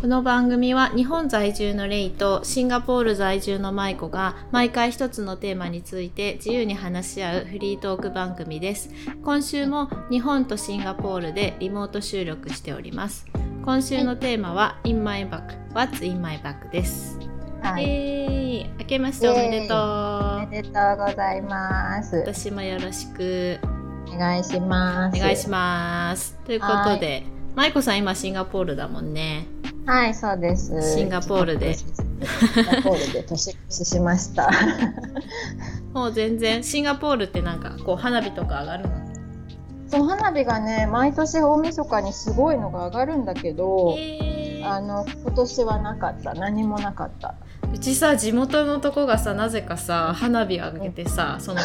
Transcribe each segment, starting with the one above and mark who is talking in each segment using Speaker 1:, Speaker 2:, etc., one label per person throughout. Speaker 1: この番組は日本在住のレイとシンガポール在住のマイコが毎回一つのテーマについて自由に話し合うフリートーク番組です。今週も日本とシンガポールでリモート収録しております。今週のテーマは In My Bag What's In My Bag です。
Speaker 2: はい、
Speaker 1: えー、明けましておめでと
Speaker 2: お
Speaker 1: う。
Speaker 2: めでとうございます。
Speaker 1: 私もよろしく
Speaker 2: お願いします。
Speaker 1: お願いします。ということで、マイコさん今シンガポールだもんね。
Speaker 2: はい、そうです。
Speaker 1: シンガポールで
Speaker 2: シンガポールで年越ししました。
Speaker 1: もう全然シンガポールってなんかこう花火とか上がるの
Speaker 2: そう花火がね、毎年大晦日にすごいのが上がるんだけど、
Speaker 1: えー
Speaker 2: あの今年はなかった。何もなかった。
Speaker 1: うちさ地元のとこがさなぜかさ花火上げてさその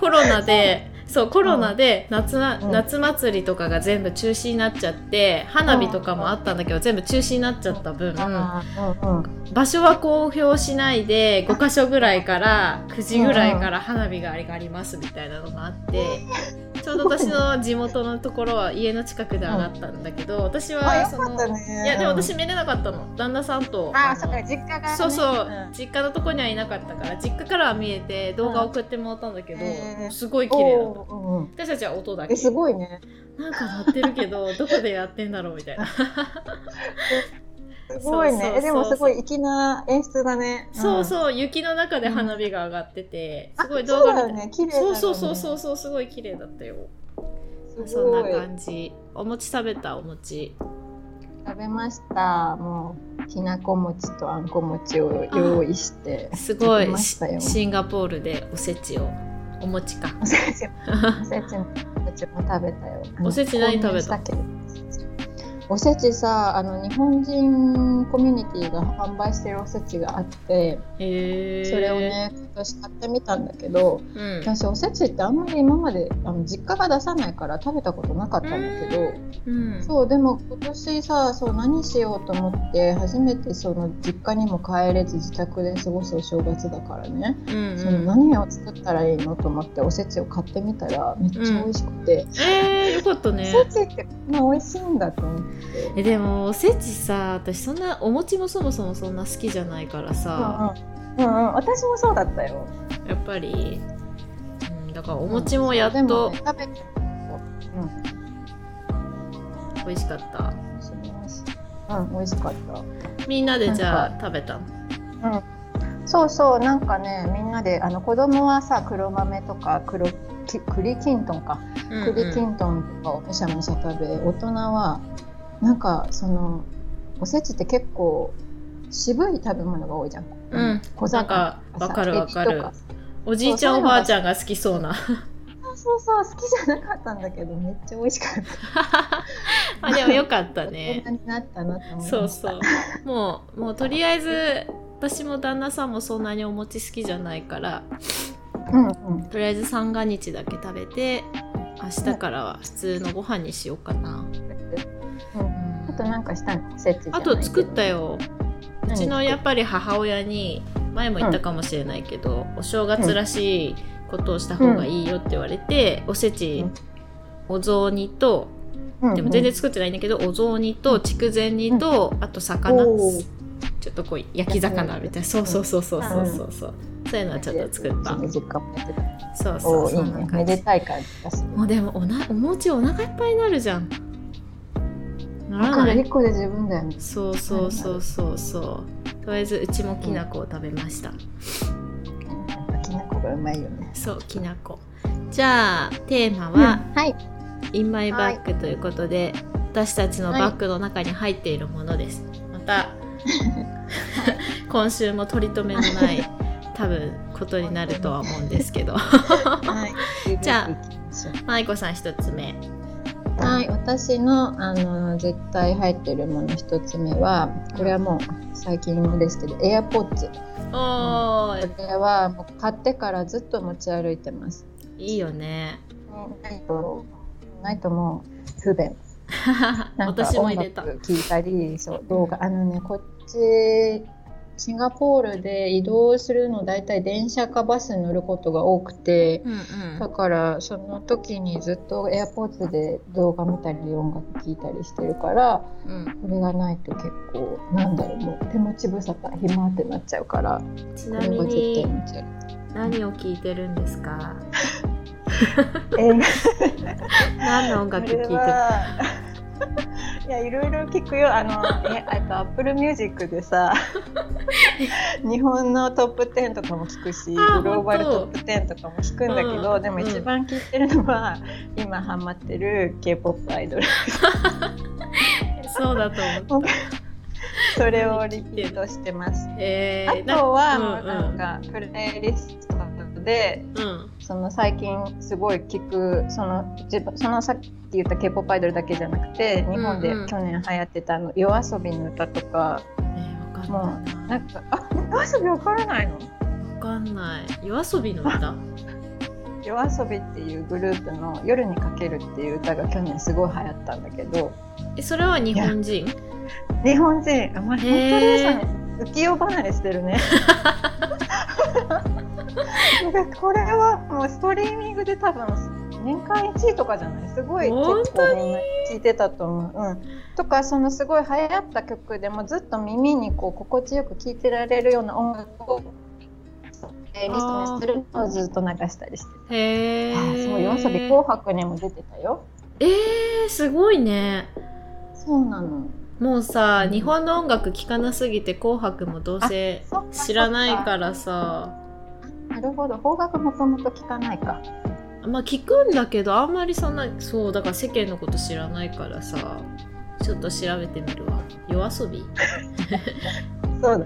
Speaker 1: コロナ でそうコロナで夏,、
Speaker 2: うん
Speaker 1: 夏祭りとかが全部中止になっちゃって花火とかもあったんだけど全部中止になっちゃった分
Speaker 2: あーうんうん。
Speaker 1: 場所は公表しないで5箇所ぐらいから9時ぐらいから花火が上がりますみたいなのがあって。ちょうど私の地元のところは家の近くで上がったんだけど、私
Speaker 2: あ、
Speaker 1: は
Speaker 2: よ
Speaker 1: そ
Speaker 2: か
Speaker 1: の
Speaker 2: ったね。
Speaker 1: いやでも
Speaker 2: う
Speaker 1: 私
Speaker 2: ん
Speaker 1: 見れなかったの旦那さんと
Speaker 2: あ
Speaker 1: の
Speaker 2: ー、そっか、実家がね。
Speaker 1: そうそう、
Speaker 2: ん
Speaker 1: 実家のとこにはいなかったから実家からは見えて動画送ってもらったんだけど、
Speaker 2: うんへー
Speaker 1: すごい綺麗だった
Speaker 2: おーうんうん
Speaker 1: 私たちは音だけ
Speaker 2: え、すごいね。
Speaker 1: なんか鳴ってるけ どどこでやってんだろうみたいなそうそうそう
Speaker 2: すごいね
Speaker 1: そ。う
Speaker 2: えでもすごい粋な演出だね。
Speaker 1: そう
Speaker 2: うん。
Speaker 1: そう雪の中で花火が上がってて、
Speaker 2: あ
Speaker 1: すごい動画
Speaker 2: そうだ
Speaker 1: 見
Speaker 2: よ
Speaker 1: て、
Speaker 2: ね。綺麗だよ
Speaker 1: そう
Speaker 2: ね。
Speaker 1: そうそうそうそうすごい綺麗だったよ
Speaker 2: す
Speaker 1: そん
Speaker 2: ごい
Speaker 1: な感じお餅食べたお餅
Speaker 2: 食べましたもうきなこ餅とあんこ餅を用意して
Speaker 1: すご
Speaker 2: 食べ
Speaker 1: い
Speaker 2: ましたよ
Speaker 1: しシンガポールでおせちをお餅か
Speaker 2: おせちもおせちもおせちも食べたよ
Speaker 1: おせち何食べた
Speaker 2: 購入けどおせちさあの日本人コミュニティが販売してるおせちがあって
Speaker 1: へえ
Speaker 2: それをね今年買ってみたんだけど
Speaker 1: うん
Speaker 2: 私おせちってあんまり今まであの実家が出さないから食べたことなかったんだけど、
Speaker 1: うん
Speaker 2: そうでも今年さそう何しようと思って初めてその実家にも帰れず自宅で過ごすお正月だからね、
Speaker 1: うん
Speaker 2: その
Speaker 1: うん
Speaker 2: 何を作ったらいいのと思っておせちを買ってみたらめっちゃ美味しくて、
Speaker 1: えー、よかったね
Speaker 2: おせちってこんな美味しいんだと思って。
Speaker 1: えでもおせちさ私そんなお餅もそもそもそんな好きじゃないからさ、
Speaker 2: うんうんうんうん、私もそうだったよ。
Speaker 1: やっぱり、うん、だからお餅もやっと
Speaker 2: でもね食べてみると、うん、
Speaker 1: 美味しかった、
Speaker 2: 私も美味しい。うん、美味しかった。
Speaker 1: みんなでじゃ
Speaker 2: な
Speaker 1: あ食べたの
Speaker 2: そうそうなんかねみんなであの子供はさ黒豆とか黒き栗きんとんか
Speaker 1: うんうん
Speaker 2: 栗きんとんとかをむしゃむしゃ食べ大人はなんかそのおせちって結構渋い食べ物が多いじゃん。
Speaker 1: うん
Speaker 2: 小
Speaker 1: なん
Speaker 2: 魚
Speaker 1: かわかるわか
Speaker 2: エビと
Speaker 1: る
Speaker 2: か
Speaker 1: おじいちゃんお
Speaker 2: そうそういうのが
Speaker 1: ばあちゃんが好きそう な
Speaker 2: あそうそう好きじゃなかったんだけどめっちゃ美味しかった。
Speaker 1: あでもよかった
Speaker 2: 大
Speaker 1: ね
Speaker 2: 人になったなと思いました
Speaker 1: そう そうもうもうとりあえず私も旦那さんもそんなにお餅好きじゃないから
Speaker 2: うんうん。
Speaker 1: とりあえず三が日だけ食べて明日からは普通のご飯にしようかな、
Speaker 2: うんあとなんかしたのおせちじゃない
Speaker 1: あ
Speaker 2: けど
Speaker 1: と作った。よう
Speaker 2: 何
Speaker 1: ちのやっぱり母親に前も言ったかもしれないけど、お正月らしいことをした方がいいよって言われて、おせち、
Speaker 2: うん
Speaker 1: お雑煮と
Speaker 2: うんうん
Speaker 1: でも全然作ってないんだけど、お雑煮と筑前煮と、あと魚
Speaker 2: おー
Speaker 1: ちょっとこう焼き魚みたいなそうそうそうそうそうそうそうそういうのはちょっと作った
Speaker 2: うちの実家もやってた。
Speaker 1: そうそ
Speaker 2: お
Speaker 1: う
Speaker 2: おい
Speaker 1: そ
Speaker 2: い
Speaker 1: んな
Speaker 2: ね。
Speaker 1: 感
Speaker 2: めで
Speaker 1: じ
Speaker 2: たい感じがする。
Speaker 1: もうでもおなお餅お腹いっぱいになるじゃんな
Speaker 2: だ
Speaker 1: ら
Speaker 2: か
Speaker 1: な
Speaker 2: ら
Speaker 1: い
Speaker 2: 一個で十分だよね。
Speaker 1: そうそうそうそうそうとりあえずうちもきな粉を食べました、
Speaker 2: やっぱきなこがうまいよね。
Speaker 1: そうきな粉じゃあテーマは
Speaker 2: はい。
Speaker 1: 「In My Bag」ということで、私たちのバッグの中に入っているものです、また今週も取り留めのない多分ことになるとは思うんですけど
Speaker 2: はい。
Speaker 1: じゃあ舞子さん一つ目
Speaker 2: あはい。私のあの絶対入ってるもの一つ目は、これはもう最近のですけど、AirPods。
Speaker 1: おー
Speaker 2: これはもう買ってからずっと持ち歩いてます。
Speaker 1: いいよね
Speaker 2: ないとないともう不便。なんか
Speaker 1: 私も入れた
Speaker 2: 音楽聞いたり、そう動画あのねこっちシンガポールで移動するの大体電車かバスに乗ることが多くて、
Speaker 1: うん
Speaker 2: だからその時にずっとエアポーツで動画見たり音楽聴いたりしてるから
Speaker 1: うん
Speaker 2: これがないと結構なんだろうもう手持ち無沙汰暇ってなっちゃうから
Speaker 1: うん、ち
Speaker 2: こ
Speaker 1: な
Speaker 2: れ
Speaker 1: み
Speaker 2: が絶対
Speaker 1: に
Speaker 2: 持ち歩
Speaker 1: 何を聞いてるんですか
Speaker 2: く 映画
Speaker 1: 何の音楽聞いてる
Speaker 2: これ はいやいろいろ聞くよあのえあとアップルミュージック でさ日本のトップ10とかも聞くしグ
Speaker 1: あ
Speaker 2: ローバルト
Speaker 1: 本
Speaker 2: ッ
Speaker 1: 当
Speaker 2: プ10とかも聞くんだけど、
Speaker 1: うん
Speaker 2: でも
Speaker 1: うん
Speaker 2: 一番聞いてるのは、今ハマってる k p o p アイドル
Speaker 1: そうだと思った
Speaker 2: それをリピートしてます。
Speaker 1: え
Speaker 2: あ
Speaker 1: ー、な
Speaker 2: とは、
Speaker 1: うんうん
Speaker 2: なんかプレイリストで
Speaker 1: うん
Speaker 2: その最近すごい聞くその自分そのさっき言った k p o p アイドルだけじゃなくて日本で
Speaker 1: うんうん
Speaker 2: 去年流行ってたあの夜遊びの歌とか、
Speaker 1: えー、わかんないな
Speaker 2: なんかあ夜遊びわからないの
Speaker 1: わかんない夜遊びの 歌
Speaker 2: 夜遊びっていうグループの「夜にかける」っていう歌が去年すごい流行ったんだけど
Speaker 1: えそれは日本人
Speaker 2: 日本人あまり本当に
Speaker 1: へー
Speaker 2: さ浮世離れしてるね。 なんかこれはもうストリーミングで多分年間1位とかじゃないすごい
Speaker 1: 本
Speaker 2: 結構みんな聴いてたと思う。うん、とかそのすごい流行った曲でもずっと耳にこう心地よく聴いてられるような音楽をえーリストにするのをずっと流したりして
Speaker 1: へえ
Speaker 2: た。あーすごい夜遊び紅白にも出てたよ。
Speaker 1: えー、すごいね
Speaker 2: そうなの。
Speaker 1: もうさ
Speaker 2: うん
Speaker 1: 日本の音楽聴かなすぎて「紅白」もどうせ
Speaker 2: そっか
Speaker 1: 知らない
Speaker 2: そっ
Speaker 1: からさ
Speaker 2: なるほど。邦楽もともと聞かないか。
Speaker 1: まあ聞くんだけどあんまりそんなそうだから世間のこと知らないからさちょっと調べてみるわ夜遊び
Speaker 2: そうだ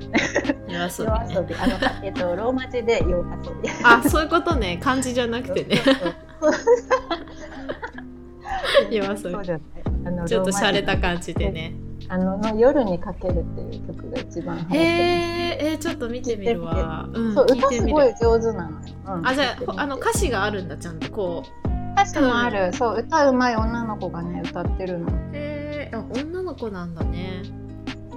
Speaker 1: 夜遊
Speaker 2: 夜
Speaker 1: び
Speaker 2: 遊
Speaker 1: ね
Speaker 2: び、あの、えっと、ローマ字で夜遊び。
Speaker 1: あそういうことね漢字じゃなくてね夜遊び
Speaker 2: そうじゃない。あの
Speaker 1: ちょっと洒落た感じで。
Speaker 2: ローマ
Speaker 1: ね
Speaker 2: 字であの、の夜にかけるっていう曲が一番流行っ
Speaker 1: へ
Speaker 2: て
Speaker 1: えー、ちょっと見てみるわう
Speaker 2: る。
Speaker 1: ん
Speaker 2: そう、
Speaker 1: 聞
Speaker 2: 歌
Speaker 1: いて
Speaker 2: す
Speaker 1: み
Speaker 2: ご
Speaker 1: る
Speaker 2: い上手なの。うん
Speaker 1: あじゃああの歌
Speaker 2: 詞。
Speaker 1: 詞があるんだちゃんとこう
Speaker 2: 歌詞もある。そう、歌うまい女の子がね、歌ってるの。
Speaker 1: へえあ女の子なんだね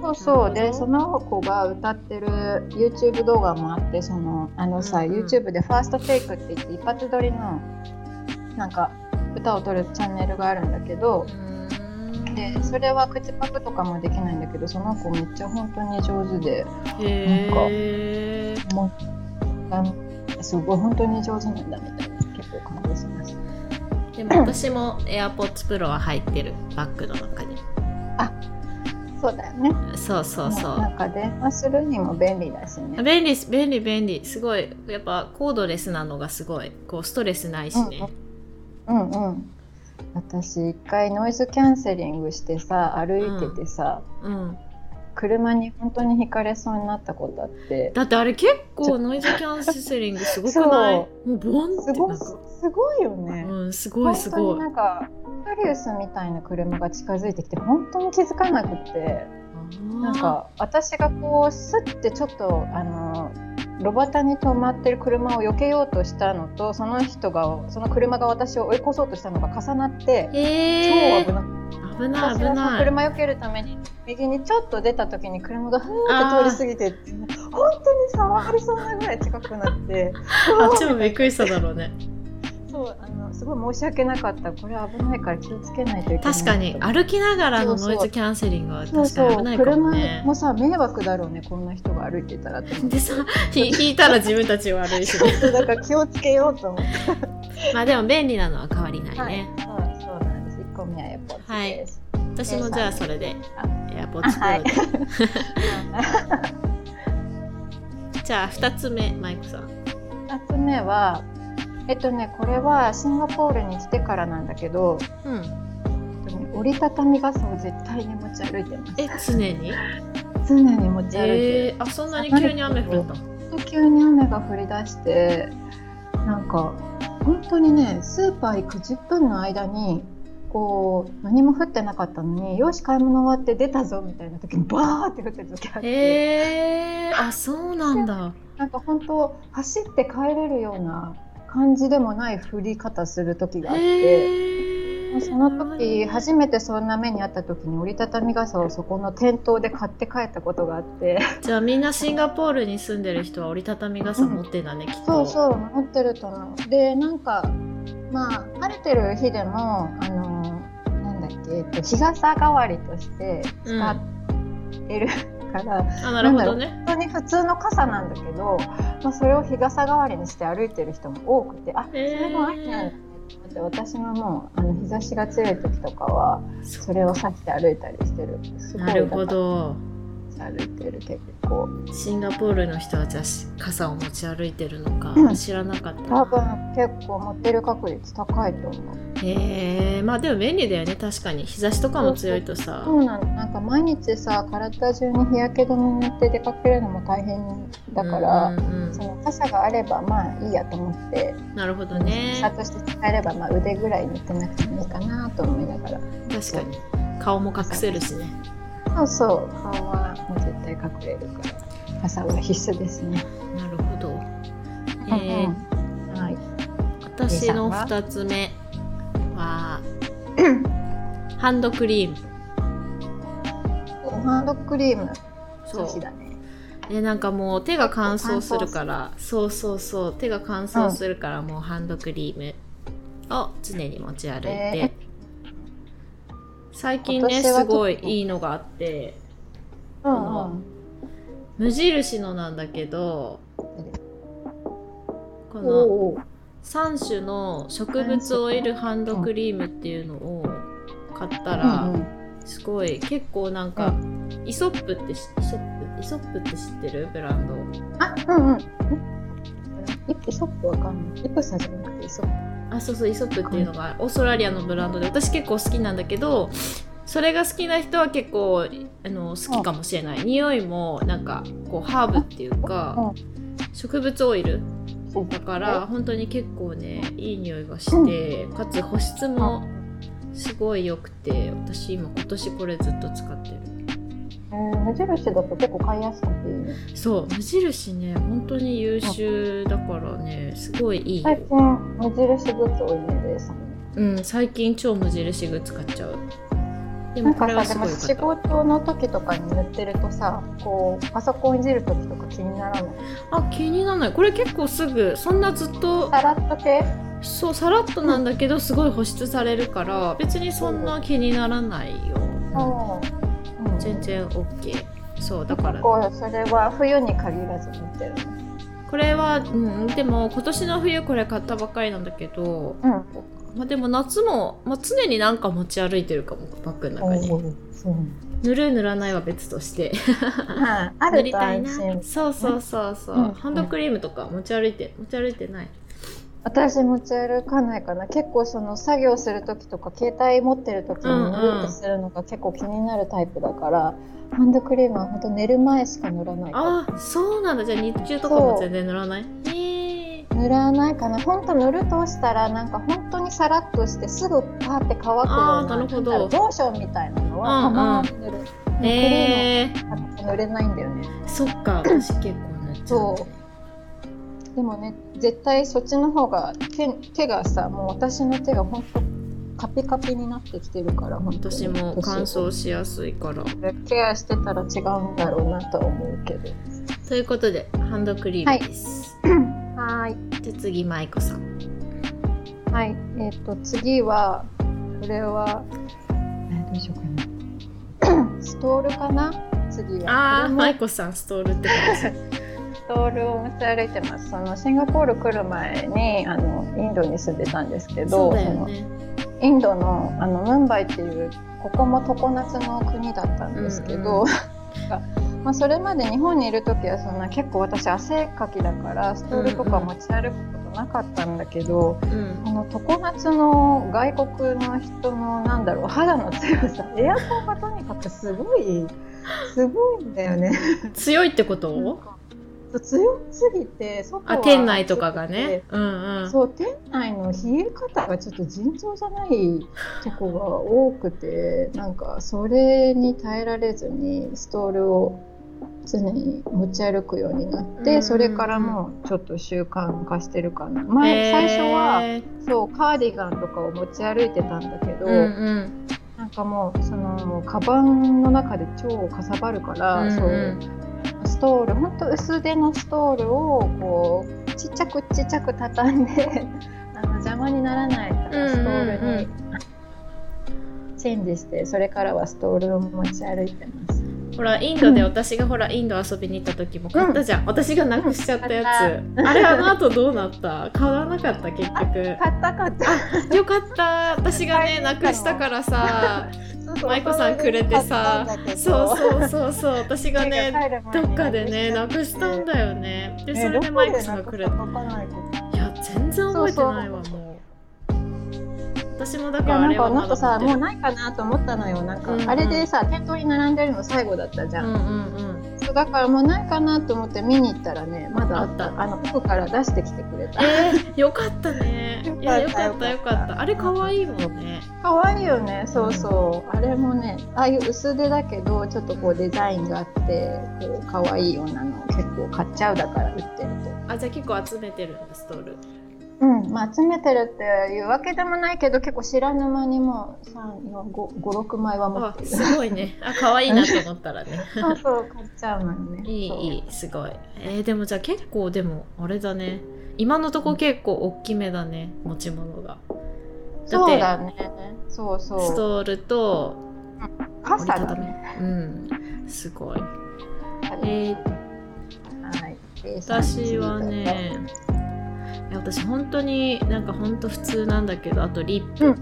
Speaker 2: そうそう。
Speaker 1: なる
Speaker 2: で、
Speaker 1: ほど
Speaker 2: その子が歌ってる YouTube 動画もあって、その、あのさ、
Speaker 1: うんうん
Speaker 2: YouTube でファーストテイクって言って、一発撮りの、なんか、歌を撮るチャンネルがあるんだけど、でそれは口パクとかもできないんだけどその子めっちゃ本当に上手で
Speaker 1: へえ
Speaker 2: もうなんすごい本当に上手なんだみたいな結構感動しました
Speaker 1: でも私も AirPods Pro は入ってるバッグの中に
Speaker 2: そうだよね
Speaker 1: そうそうそ
Speaker 2: なんか電話するにも便利だし
Speaker 1: う
Speaker 2: ね
Speaker 1: 便利です便利便利すごいやっぱコードレスなのがすごいこうストレスないしね、
Speaker 2: うんうん私一回ノイズキャンセリングしてさ歩いててさ、
Speaker 1: うん
Speaker 2: 車に本当にひかれそうになったことあって
Speaker 1: だってあれ結構ノイズキャンセリングすごくないも
Speaker 2: そう
Speaker 1: ボンっ
Speaker 2: す
Speaker 1: て
Speaker 2: ご
Speaker 1: ないんか
Speaker 2: すごいよね、
Speaker 1: うん、すごいす
Speaker 2: 本当
Speaker 1: ご
Speaker 2: に
Speaker 1: い
Speaker 2: な。んかプリウスみたいな車が近づいてきて本当に気づかなくってなんか私がこうスッてちょっとあの路端に止まってる車を避けようとしたのとその人がその車が私を追い越そうとしたのが重なって
Speaker 1: あー、
Speaker 2: 超
Speaker 1: へえ
Speaker 2: 危なくて
Speaker 1: 危ない危
Speaker 2: 私がその
Speaker 1: ない。
Speaker 2: 車避けるために右にちょっと出た時に車がふーって通り過ぎてって本当に触りそうなぐらい近くなって
Speaker 1: あっちもびっくりしただろうね。
Speaker 2: そうあのすごい申し訳なかったこれ危ないから気をつけないといけない
Speaker 1: 確かに
Speaker 2: と思って
Speaker 1: 歩きながらのノイズキャンセリングは確かに危ないかも
Speaker 2: 車
Speaker 1: ね。
Speaker 2: もさ迷惑だろうねこんな人が歩いてたらと思って
Speaker 1: でさひ 引いたら自分たち悪いし、 ね、
Speaker 2: だから気をつけようと思って、
Speaker 1: まあでも便利なのは変わりない
Speaker 2: はい
Speaker 1: ね。
Speaker 2: そうそうなんです1個目はエアポッドです、
Speaker 1: 私もじゃあそれで
Speaker 2: あ
Speaker 1: AirPods
Speaker 2: あはい
Speaker 1: Pro で、 じゃあ2つ目マイクさん。
Speaker 2: 2つ目はえっとねこれはシンガポールに来てからなんだけど、
Speaker 1: うん、
Speaker 2: えっとね、折りたたみ傘を絶対に持ち歩いてます
Speaker 1: え常に
Speaker 2: 常に持ち歩いてる、
Speaker 1: えー、あそんなに急に雨降るんだ。
Speaker 2: 本当急に雨が降り出してなんか本当にねスーパー行く10分の間にこう何も降ってなかったのによし買い物終わって出たぞみたいな時にバーって降ってる時あって、
Speaker 1: えー、あそうなんだ。
Speaker 2: なんか本当走って帰れるような感じでもない降り方する時があって、
Speaker 1: えーー
Speaker 2: その時初めてそんな目にあった時に折りたたみ傘をそこの店頭で買って帰ったことがあって
Speaker 1: じゃあみんなシンガポールに住んでる人は折りたたみ傘持ってんだね、きっ
Speaker 2: そ
Speaker 1: と
Speaker 2: うそう持ってると思うでなんかまあ晴れてる日でもあのなんだっけ、えっと、日傘代わりとして使ってるから、
Speaker 1: あなるほどね
Speaker 2: 本当に普通の傘なんだけど、まあ、それを日傘代わりにして歩いてる人も多くてあそ
Speaker 1: へー
Speaker 2: れも秋なんだと思って私ももうあの日差しが強い時とかは
Speaker 1: そ
Speaker 2: それを差して歩いたりしてるすごい
Speaker 1: なるほど
Speaker 2: 歩いてる結構
Speaker 1: シンガポールの人はじゃあし傘を持ち歩いてるのか
Speaker 2: うん
Speaker 1: 知らなかった
Speaker 2: 多
Speaker 1: な
Speaker 2: 分結構持ってる確率高いと思う
Speaker 1: へえまあでも便利だよね確かに日差しとかも強いとさ
Speaker 2: そうなのなんか毎日さ体中に日焼け止め塗って出かけるのも大変だから、
Speaker 1: うんうん
Speaker 2: その傘があればまあいいやと思って
Speaker 1: うんなるほど
Speaker 2: 傘
Speaker 1: ね
Speaker 2: として使えればまあ腕ぐらい塗ってなくてもいいかなと思いながら
Speaker 1: 確かに顔も隠せるしね
Speaker 2: そうそう顔はもう絶対隠れるから傘は必須ですね。
Speaker 1: なるほどえー
Speaker 2: うんはい、
Speaker 1: 私の2つ目はハンドクリーム
Speaker 2: ハンドクリーム
Speaker 1: そ
Speaker 2: 女
Speaker 1: う
Speaker 2: 子だね。
Speaker 1: でなんかもう手が乾燥するからそうそうそう手が乾燥するからもうハンドクリームを常に持ち歩いて、
Speaker 2: え
Speaker 1: 最近ね
Speaker 2: 私はちょ
Speaker 1: す
Speaker 2: っと
Speaker 1: ごいいいのがあって
Speaker 2: うんうん
Speaker 1: 無印のなんだけどこの
Speaker 2: おー
Speaker 1: 3種の植物オイルハンドクリームっていうのを買った
Speaker 2: う
Speaker 1: ら、
Speaker 2: んうん
Speaker 1: すごい結構なんか、
Speaker 2: う
Speaker 1: イソップってしイソップイソップって知ってるブランド
Speaker 2: あうんうん。イプソップわかんない。イプサじゃなくてイソップ。
Speaker 1: あそうそうイソップっていうのがオーストラリアのブランドで私結構好きなんだけどそれが好きな人は結構あの好きかもしれない匂いもなんかこうハーブっていうか植物オイルだから本当に結構ねいい匂いがしてかつ保湿もすごい良くて私今今年これずっと使ってる
Speaker 2: えー無印だと結構買いやすくていいね
Speaker 1: そう無印ね本当に優秀だからねすごいいいよ
Speaker 2: 最近無印グッズ多いねレイさん
Speaker 1: うん最近超無印グッズ買っちゃうで
Speaker 2: な
Speaker 1: も
Speaker 2: ん
Speaker 1: これ
Speaker 2: か
Speaker 1: は
Speaker 2: さ
Speaker 1: す
Speaker 2: で
Speaker 1: ご
Speaker 2: も
Speaker 1: い良かった
Speaker 2: 仕事の時とかに塗ってるとさこうパソコンいじる時とか気にならない
Speaker 1: あ気にならないこれ結構すぐそんなずっと
Speaker 2: さらっと系
Speaker 1: そうさらっとなんだけどすごい保湿されるから別にそんな気にならないよ、うん
Speaker 2: うん、うん、
Speaker 1: 全然 OK そうだから
Speaker 2: こうそれは冬に限らず塗ってるの
Speaker 1: これは、うん、でも今年の冬これ買ったばっかりなんだけど、
Speaker 2: うん
Speaker 1: まあ、でも夏も、まあ、常になんか持ち歩いてるかもバッグの中に
Speaker 2: そう
Speaker 1: 塗る塗らないは別として
Speaker 2: はいあ
Speaker 1: 塗
Speaker 2: る
Speaker 1: り
Speaker 2: と
Speaker 1: たい
Speaker 2: 安
Speaker 1: な
Speaker 2: 心
Speaker 1: そうそうそうそう、
Speaker 2: うん
Speaker 1: ハンドクリームとか持ち歩いて持ち歩いてない
Speaker 2: 私持ち歩かないかな結構その作業する時とか携帯持ってる時に塗るとするのが結構気になるタイプだから、ハンドクリームは本当寝る前しか塗らないか
Speaker 1: あそうなんだじゃあ日中とかも全然塗らないへえ
Speaker 2: 塗らないかな本当塗るとしたらなんか本当にさらっとしてすぐパーって乾くよう
Speaker 1: あ
Speaker 2: な
Speaker 1: ーなるほど
Speaker 2: んだろうローションみたいなのはた
Speaker 1: うんうん
Speaker 2: まに塗る、クリー
Speaker 1: えー、
Speaker 2: ムは塗れないんだよね
Speaker 1: そっか私結構塗っちゃう
Speaker 2: そうでもね絶対そっちの方が手手がさもう私の手が本当カピカピになってきてるから本当に
Speaker 1: 私も乾燥しやすいから
Speaker 2: ケアしてたら違うんだろうなとは思うけど
Speaker 1: ということでハンドクリームです、
Speaker 2: はーい
Speaker 1: じゃあ次舞子さん
Speaker 2: はい、えっ、と次はこれは、どうしようかなストールかな次
Speaker 1: あー
Speaker 2: はこれ
Speaker 1: 舞
Speaker 2: も
Speaker 1: 子さんストールって感じ
Speaker 2: ストールを持ち歩いてますそのシンガポール来る前にあのインドに住んでたんですけ
Speaker 1: そ
Speaker 2: ど
Speaker 1: うだよね
Speaker 2: そのインドのあのムンバイっていうここも常夏の国だったんですけど、
Speaker 1: うんう
Speaker 2: まあそれまで日本にいる時はそんな結構私汗かきだからストールとか持ち歩くことなかったんだけど、
Speaker 1: うん
Speaker 2: この常夏の外国の人のなんだろう肌の強 さエアコンがとにかくすごいすごいんだよね
Speaker 1: 強いってこと
Speaker 2: 強すぎて外は
Speaker 1: あ店内とかがねうんうん
Speaker 2: そう店内の冷え方がちょっと尋常じゃないとこが多くてなんかそれに耐えられずにストールを常に持ち歩くようになって、
Speaker 1: うん
Speaker 2: それからもうちょっと習慣化してるかな前、最初は
Speaker 1: えー
Speaker 2: そうカーディガンとかを持ち歩いてたんだけど、
Speaker 1: うんうん
Speaker 2: なんかもうそのカバンの中で超かさばるから、
Speaker 1: うんうん
Speaker 2: そういうストールほんと薄手のストールをこうちっちゃくちっちゃく畳んで あの邪魔にならないからストールにチェンジしてそれからはストールを持ち歩いてます。
Speaker 1: ほらインドで私がほらインド遊びに行った時も買ったじゃん、私がなくしちゃったやつ、あれあの後どうなった買わなかった結局
Speaker 2: 買った買った。
Speaker 1: よかった私がねなくしたから さ
Speaker 2: そうそう
Speaker 1: 舞子さんくれてさ
Speaker 2: 買ったんだけど
Speaker 1: そうそうそうそう私がね
Speaker 2: 帰る前に
Speaker 1: どっかでねなくしたん
Speaker 2: よ。
Speaker 1: だよねで
Speaker 2: ね
Speaker 1: それでマイクさんが
Speaker 2: どこ
Speaker 1: く
Speaker 2: で
Speaker 1: れ
Speaker 2: な
Speaker 1: た
Speaker 2: くしたかわかんない
Speaker 1: い
Speaker 2: けど
Speaker 1: や全然覚えてないわもう私もだ
Speaker 2: い
Speaker 1: か
Speaker 2: や
Speaker 1: らあ
Speaker 2: なん
Speaker 1: れ
Speaker 2: か
Speaker 1: は
Speaker 2: も
Speaker 1: ま
Speaker 2: っと
Speaker 1: だ
Speaker 2: さ
Speaker 1: 持って
Speaker 2: もう
Speaker 1: る
Speaker 2: ないかなと思ったのよなんか、
Speaker 1: うんうん
Speaker 2: あれでさ店頭に並んでるの最後だったじゃ、
Speaker 1: うんんうんうん
Speaker 2: そうだからもうないかなと思って見に行ったらねまだあった
Speaker 1: あった
Speaker 2: あの奥から出してきてくれた
Speaker 1: え ー、よかったねいやよ
Speaker 2: よ
Speaker 1: かっ
Speaker 2: かったた
Speaker 1: よかったあれ可愛いもんね
Speaker 2: 可愛いよねそうそう、あれもねああいう薄手だけどちょっとこうデザインがあってこう可愛いようなのを結構買っちゃうだから売ってると
Speaker 1: あじゃあ結構集めてるんだストール
Speaker 2: うんまあ集めてるっていうわけでもないけど結構知らぬ間にもう356枚は持っ
Speaker 1: あ
Speaker 2: てる
Speaker 1: すごいねあ可愛いなと思ったらね
Speaker 2: そうそう買っちゃうのよね
Speaker 1: いい
Speaker 2: そう
Speaker 1: いいすごいえー、でもじゃあ結構でもあれだね今のとこ結構大きめだね持ち物がだっ
Speaker 2: そう
Speaker 1: て
Speaker 2: だね。そうそう。
Speaker 1: ストールと折
Speaker 2: 傘
Speaker 1: りた
Speaker 2: だ
Speaker 1: たみ
Speaker 2: ね。
Speaker 1: うんすごいえー
Speaker 2: はい。
Speaker 1: 私はねいや私本当になんか本当普通なんだけどあとリッ
Speaker 2: う
Speaker 1: プ、
Speaker 2: んうん。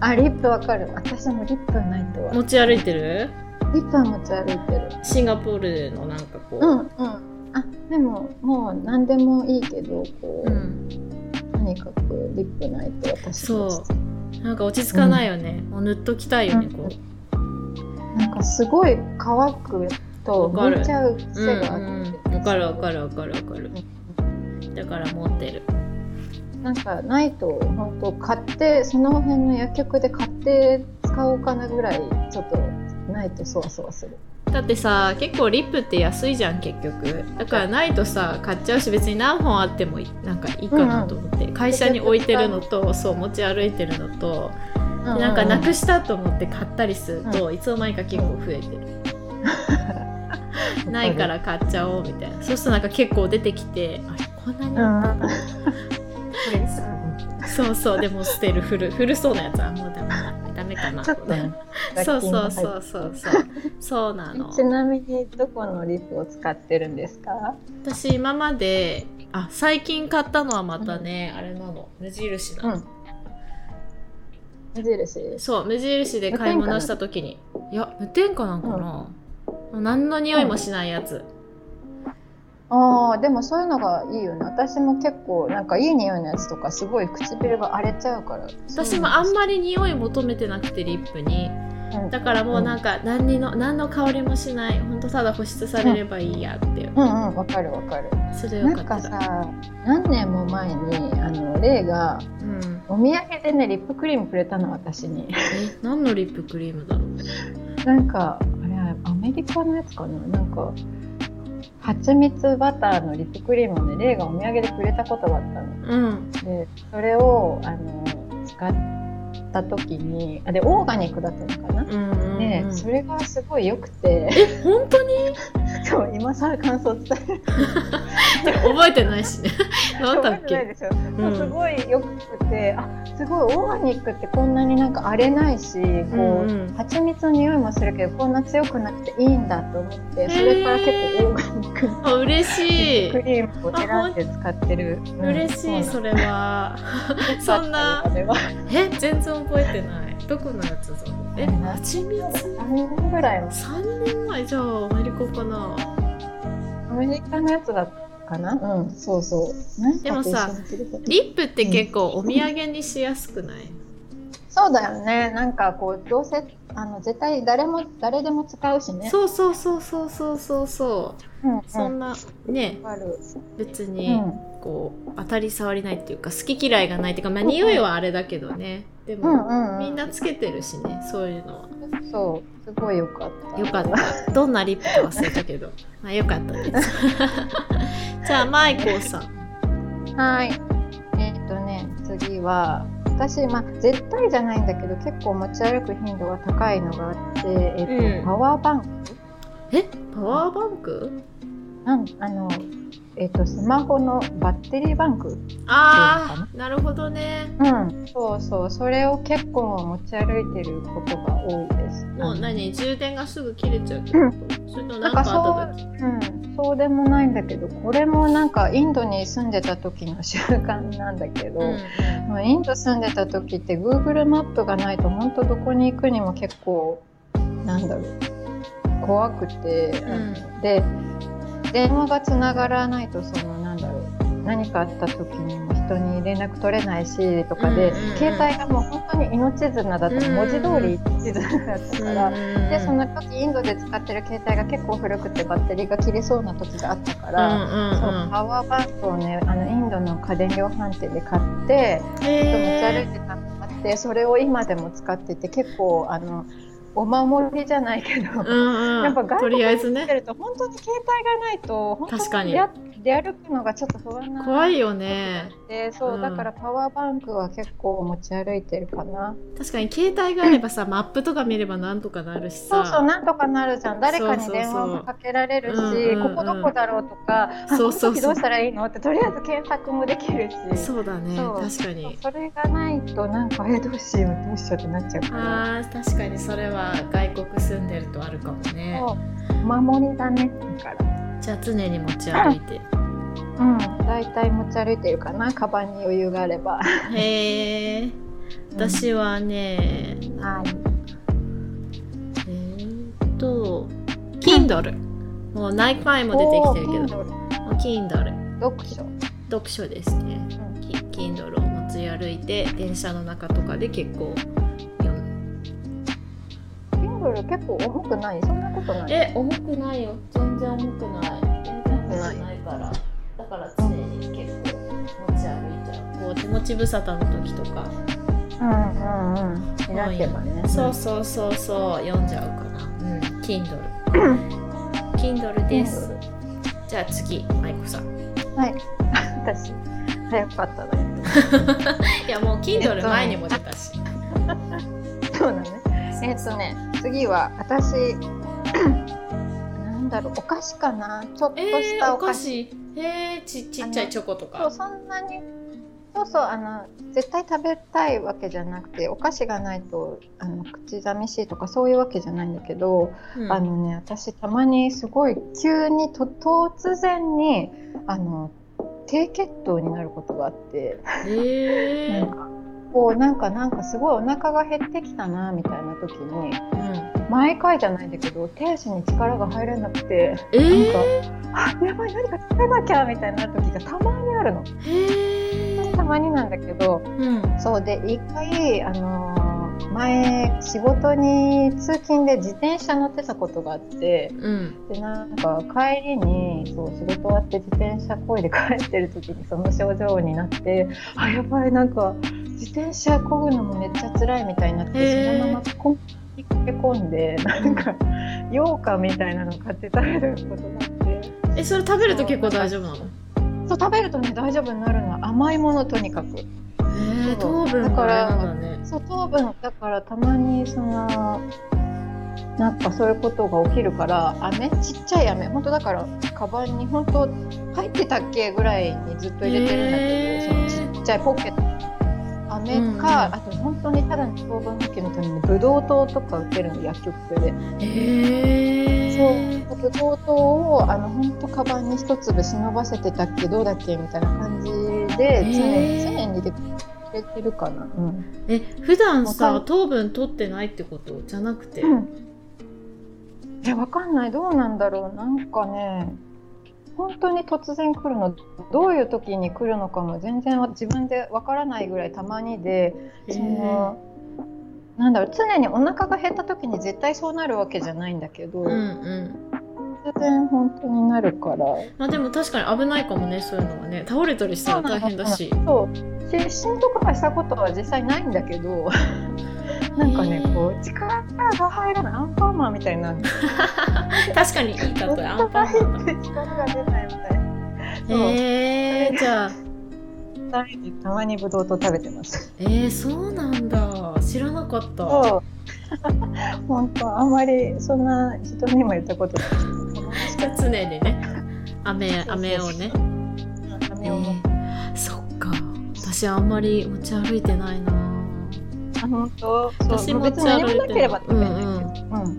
Speaker 2: あリップわかる。私もリップないとは。
Speaker 1: 持ち歩いてる
Speaker 2: リップは持ち歩いてる。
Speaker 1: シンガポールのなんかこう、
Speaker 2: うんうん。あでももう何でもいいけどこう、
Speaker 1: うん
Speaker 2: とにかくリップないと私は
Speaker 1: そなんか落ち着かないよね、もう塗っときたいよねこう、
Speaker 2: なんかすごい乾くと
Speaker 1: わかる
Speaker 2: 浮いちゃう
Speaker 1: う
Speaker 2: 癖
Speaker 1: ん
Speaker 2: があって。
Speaker 1: うん、わかるわかるわかるわかるだから持ってる
Speaker 2: なんかないと本当買ってその辺の薬局で買って使おうかなぐらいちょっとないとそわそわする。
Speaker 1: だってさ結構リップって安いじゃん結局だからないとさ買っちゃうし別に何本あってもいなんかいいかなと思って、会社に置いてるのとそう持ち歩いてるのとでなんかなく
Speaker 2: し
Speaker 1: したと思って買ったりすると、いつの間にか結構増えてる、 ないか。ら買っちゃおうみたいなそうするとなんか結構出てきてあこんなに
Speaker 2: う
Speaker 1: あっ
Speaker 2: んう
Speaker 1: た、
Speaker 2: ん。これさ
Speaker 1: そうそうでも捨てる古古そうなやつはもうダメだダメかな
Speaker 2: ちょっとね
Speaker 1: そうそうそうそうそうそうなの
Speaker 2: ちなみにどこのリップを使ってるんですか？
Speaker 1: 私今まであ最近買ったのはまたね、あれなの無印なの、
Speaker 2: ん。無印。
Speaker 1: そう無印で買い物した時にいや無添加なんかな、何の匂いもしないやつ、
Speaker 2: ああでもそういうのがいいよね。私も結構なんかいい匂いのやつとかすごい唇が荒れちゃうから。
Speaker 1: 私もあんまり匂い求めてなくてリップに
Speaker 2: うん
Speaker 1: だからもうなんか何にの何の香りもしないほんとただ保湿されればいいやっていう、
Speaker 2: うんうんわかるわかる。
Speaker 1: それ
Speaker 2: な
Speaker 1: よ
Speaker 2: ん
Speaker 1: か
Speaker 2: か
Speaker 1: った
Speaker 2: さ何年も前にあのレイが
Speaker 1: うん、
Speaker 2: お土産でねリップクリームくれたの私に
Speaker 1: え何のリップクリームだろう
Speaker 2: なんかあれアメリカのやつかななんか蜂蜜バターのリップクリームをねレイがお土産でくれたことがあったの
Speaker 1: うん
Speaker 2: でそれをあの使った時にあでオーガニックだったのかな、
Speaker 1: うんうん、うん
Speaker 2: でそれがすごい良くて
Speaker 1: え本当に
Speaker 2: そう今更感想伝え
Speaker 1: 覚えてないしね なんだ
Speaker 2: 覚え
Speaker 1: って
Speaker 2: ない
Speaker 1: け
Speaker 2: でしょ
Speaker 1: うん
Speaker 2: すごいよくてあすごいオーガニックってこんなになんか荒れないしこ
Speaker 1: うん
Speaker 2: う、
Speaker 1: うん
Speaker 2: 蜂蜜の匂いもするけどこんな強くなくていいんだと思ってそれから結構オーガニックの
Speaker 1: あ嬉しい
Speaker 2: クリームを選んで使ってる、うん
Speaker 1: 嬉しい、
Speaker 2: う
Speaker 1: それはそんな
Speaker 2: あれは
Speaker 1: え全然覚えてないどこのやつだろうえ
Speaker 2: あれな
Speaker 1: 蜂蜜
Speaker 2: 何年ぐらいの
Speaker 1: 3年前じゃあアメリカかな
Speaker 2: アメリカのやつだったかなうんそうそうなんかと一緒に着ること
Speaker 1: リップって結構お土産にしやすくない、
Speaker 2: そうだよねなんかこうどうせあの絶対誰も誰でも使うしね
Speaker 1: そうそうそうそうそうそうそう
Speaker 2: うんうん
Speaker 1: そんなね
Speaker 2: わかる
Speaker 1: 別
Speaker 2: う
Speaker 1: に
Speaker 2: ん
Speaker 1: こう当たり障りないっていうか好き嫌いがないっていうかまあ匂いはあれだけどねで
Speaker 2: う
Speaker 1: も、
Speaker 2: んうん、
Speaker 1: みんなつけてるしねそういうのは
Speaker 2: そうすごいよかった
Speaker 1: よかったどんなリップか忘れたけど、まあ、よかったですじゃあマイコーさん
Speaker 2: はい。えーっとね、次は、私、まあ、絶対じゃないんだけど、結構持ち歩く頻度が高いのがあって、えーっと、
Speaker 1: うん
Speaker 2: パワーバンク。
Speaker 1: えパワーバンク
Speaker 2: なんあの、えーっと、スマホのバッテリーバンク。
Speaker 1: ああなるほどね
Speaker 2: うん。そうそう。それを結構持ち歩いてることが多いです。
Speaker 1: もう何充電がすぐ切れちゃうってことそれと何
Speaker 2: なん
Speaker 1: か
Speaker 2: か
Speaker 1: あった時
Speaker 2: うん、そうでもないんだけど、これもなんかインドに住んでた時の習慣なんだけど、
Speaker 1: うん
Speaker 2: まあインド住んでた時って Google マップがないと本当どこに行くにも結構なんだろう怖くて、
Speaker 1: ん
Speaker 2: で電話がつながらないとそのなんだろう何かあった時にも人に連絡取れないしとかで、
Speaker 1: うんうんうん
Speaker 2: 携帯がもう本当に命綱だった、
Speaker 1: うんうん
Speaker 2: 文字通り命綱だったから。
Speaker 1: うん
Speaker 2: でその時インドで使ってる携帯が結構古くてバッテリーが切れそうな時があったか
Speaker 1: う
Speaker 2: ら、そうんパワーバンクをねあのインドの家電量販店で買って
Speaker 1: うんうん
Speaker 2: ちょっと持ち歩
Speaker 1: へ
Speaker 2: いてたのがあってそれを今でも使ってて結構あのお守りじゃないけど、
Speaker 1: ーうんうん
Speaker 2: やっぱ外
Speaker 1: と
Speaker 2: 国に
Speaker 1: りあえず
Speaker 2: 見て
Speaker 1: ね
Speaker 2: ると本当に携帯がないと本
Speaker 1: 確
Speaker 2: 当
Speaker 1: かに
Speaker 2: にや出歩くのがちょっと不安な
Speaker 1: 怖いよね
Speaker 2: でそう、
Speaker 1: うん
Speaker 2: だからパワーバンクは結構持ち歩いてるかな
Speaker 1: 確かに携帯があればさマップとか見ればなんとかなるしさ
Speaker 2: そうそうなんとかなるじゃん誰かに電話
Speaker 1: そうそうそ
Speaker 2: も
Speaker 1: う
Speaker 2: かけられるし
Speaker 1: うんうんうん
Speaker 2: ここどこだろうとかあ
Speaker 1: そうそうそう
Speaker 2: この時どうしたらいいのってとりあえず検索もできるし
Speaker 1: そうだね
Speaker 2: そう
Speaker 1: 確か
Speaker 2: そう
Speaker 1: に
Speaker 2: それがないとなんかえどうしようどうしようってなっちゃうから。
Speaker 1: あー確かにそれは外国住んでるとあるかもね
Speaker 2: そうお守りだねだから
Speaker 1: じゃあ常に持ち歩い て
Speaker 2: うん大体持ち歩いてるかなカバンに余裕があれば
Speaker 1: へえ私はね
Speaker 2: はい
Speaker 1: えーっと Kindle もう何回も出てきてるけど
Speaker 2: ど
Speaker 1: Kindle
Speaker 2: 読書
Speaker 1: 読書ですね、き Kindle を持ち歩いて電車の中とかで結構読む
Speaker 2: Kindle 結構重くないそんなことない
Speaker 1: え重くないよ全然重くない全然重くないからだから常に結構持ち歩いちゃうこう手持ち無沙汰の時とか
Speaker 2: うんうんうん開けばね
Speaker 1: そうそうそうそう読んじゃうかなうん Kindle Kindle ですじゃあ次舞子さん
Speaker 2: はい私早かったね
Speaker 1: いやもう Kindle 前にも出たし、
Speaker 2: そうだねえっとね次は私 なんだろうお菓子かなちょっとし
Speaker 1: え
Speaker 2: た
Speaker 1: ー、
Speaker 2: お
Speaker 1: お
Speaker 2: 菓
Speaker 1: 菓
Speaker 2: 子、
Speaker 1: 子えー、ちちっちゃいチョコと
Speaker 2: そう
Speaker 1: か
Speaker 2: そんなにそうそうあの絶対食べたいわけじゃなくてお菓子がないとあの口寂しいとかそういうわけじゃないんだけど、
Speaker 1: うん
Speaker 2: あのね私たまにすごい急にと突然にあの低血糖になることがあって
Speaker 1: え
Speaker 2: な
Speaker 1: ー
Speaker 2: んかこうなんかなんかすごいお腹が減ってきたなみたいな時に
Speaker 1: うん
Speaker 2: 毎回じゃないんだけど手足に力が入らなくて
Speaker 1: え
Speaker 2: なん
Speaker 1: ー
Speaker 2: か、あやばい何か食べなきゃみたいになる時がたまにあるの。
Speaker 1: えー
Speaker 2: たまになんだけど
Speaker 1: うん
Speaker 2: そうで一回、あのー前仕事に通勤で自転車乗ってたことがあって
Speaker 1: うん
Speaker 2: でなんか帰りにそう仕事終わって自転車こいで帰ってる時にその症状になってあやばいなんか自転車こぐのもめっちゃ辛いみたいになっ
Speaker 1: へ
Speaker 2: て
Speaker 1: ー
Speaker 2: そのままこん引っ掛け込んでなんか羊羹みたいなの買って食べることになって。
Speaker 1: えそれ食べると結構大丈夫なの
Speaker 2: そう食べるとね大丈夫になるのは甘いものとにかく
Speaker 1: えー、
Speaker 2: そ
Speaker 1: 糖
Speaker 2: う
Speaker 1: 分があれなんだね
Speaker 2: そう糖分だからたまにそのなんかそういうことが起きるから飴ちっちゃい飴本当だからカバンに本当入ってたっけぐらいにずっと入れてるんだけど、
Speaker 1: へー
Speaker 2: そのちっちゃいポッケット飴
Speaker 1: うんうん
Speaker 2: か、あと本当にただの糖分補給のためにブドウ糖とか売ってるの薬局で、
Speaker 1: えー、
Speaker 2: そうブドウ糖をあの本当カバンに一粒忍ばせてたっけどうだっけみたいな感じで常に、
Speaker 1: へー
Speaker 2: 常に入れてるかな。うん
Speaker 1: え普段
Speaker 2: わ
Speaker 1: さ
Speaker 2: か
Speaker 1: 糖分取ってないってことじゃなくて、
Speaker 2: うんいやわかんないどうなんだろうなんかね本当に突然来るのどういう時に来るのかも全然自分でわからないぐらいたまにでそのなんだろう常にお腹が減った時に絶対そうなるわけじゃないんだけど、
Speaker 1: うんうん
Speaker 2: 突然本当になるかから
Speaker 1: まあでも確かに危ないかもねそういうのはね倒れたりしたら大変だし
Speaker 2: そう接心とかはしたことは実際ないんだけどなんかねこう力が入らないアンパンマンみたいな
Speaker 1: 確かにいい例えアンパンマン
Speaker 2: ン力が出ないみたいな
Speaker 1: へ
Speaker 2: そう
Speaker 1: えー、じゃあ
Speaker 2: 食べてたまにブドウ糖食べてます
Speaker 1: えー、そうなんだ知らなかった
Speaker 2: そう 本当あんまりそんな人にも言ったことない
Speaker 1: 常にね飴飴をねえ
Speaker 2: 飴を持って
Speaker 1: ー、そっか私あんまり持ち歩いてないな
Speaker 2: あ本当
Speaker 1: 私
Speaker 2: そう
Speaker 1: 持
Speaker 2: 別
Speaker 1: ち
Speaker 2: に何
Speaker 1: 歩
Speaker 2: も
Speaker 1: い
Speaker 2: な
Speaker 1: て
Speaker 2: けれ
Speaker 1: な
Speaker 2: ば
Speaker 1: い
Speaker 2: 食
Speaker 1: う
Speaker 2: べ
Speaker 1: ん
Speaker 2: ないけど
Speaker 1: うん
Speaker 2: うんうん
Speaker 1: 違う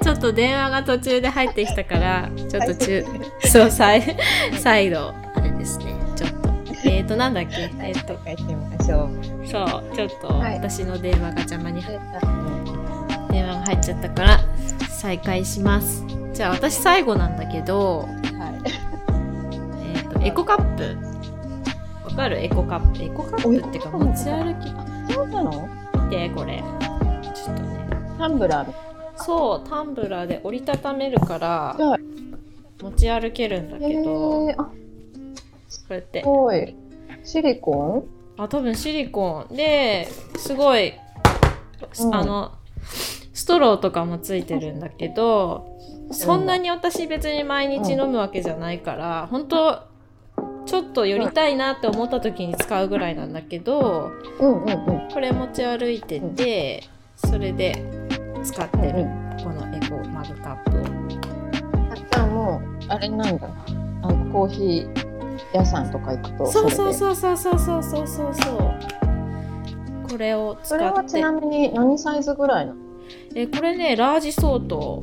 Speaker 1: ちょっと電話が途中で入ってきたからちょっと中
Speaker 2: はい
Speaker 1: そう再再度あれですねちょっ とえっ、ー、となんだっけえっ、と
Speaker 2: 書いてみましょう。
Speaker 1: そうちょっと
Speaker 2: はい
Speaker 1: 私の電話が邪魔に電話が入っちゃったから再開しますじゃあ私最後なんだけど
Speaker 2: はい。
Speaker 1: えっ、とエコカップわかるエコカップエコカップっていうか
Speaker 2: おエコカップ
Speaker 1: 持ち歩き
Speaker 2: そうなの？
Speaker 1: 見てこれちょっとね
Speaker 2: タンブラーみ
Speaker 1: そうタンブラーで折りたためるから
Speaker 2: たい。
Speaker 1: 持ち歩けるんだ
Speaker 2: え
Speaker 1: けど、
Speaker 2: ー、あ
Speaker 1: こうやって
Speaker 2: すごい。シリコ
Speaker 1: あ多分シリコンですごい、
Speaker 2: うん
Speaker 1: あのストローとかもついてるんだけどそんなに私別に毎日飲むわけじゃないから、本当ちょっと寄りたいなって思った時に使うぐらいなんだけど
Speaker 2: ン？うんうんうん
Speaker 1: これ持ち歩いててそれで使って
Speaker 2: うん
Speaker 1: る
Speaker 2: う
Speaker 1: このエコマグカップを。
Speaker 2: ん。じゃあもうあれなんだ。あのコーヒー屋さんとか行くと
Speaker 1: そう
Speaker 2: れで
Speaker 1: そうそうそうそうそうそうそうそうこれを使
Speaker 2: それは
Speaker 1: っ
Speaker 2: ち
Speaker 1: て
Speaker 2: なみに何サイズぐらいの？
Speaker 1: えこれねラージ相当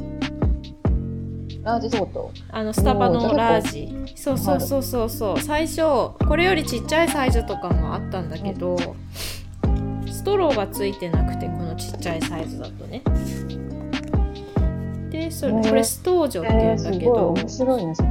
Speaker 2: ラージ相当。
Speaker 1: あのスタバのラージそうそうそうそうそう最初これよりちっちゃいサイズとかもあったんだけどストローがついてなくてこのちっちゃいサイズだとねでそれ
Speaker 2: ね
Speaker 1: これストージョっていう
Speaker 2: えー、
Speaker 1: んだ
Speaker 2: す
Speaker 1: け
Speaker 2: ごい
Speaker 1: ど、
Speaker 2: 面白いね。
Speaker 1: そ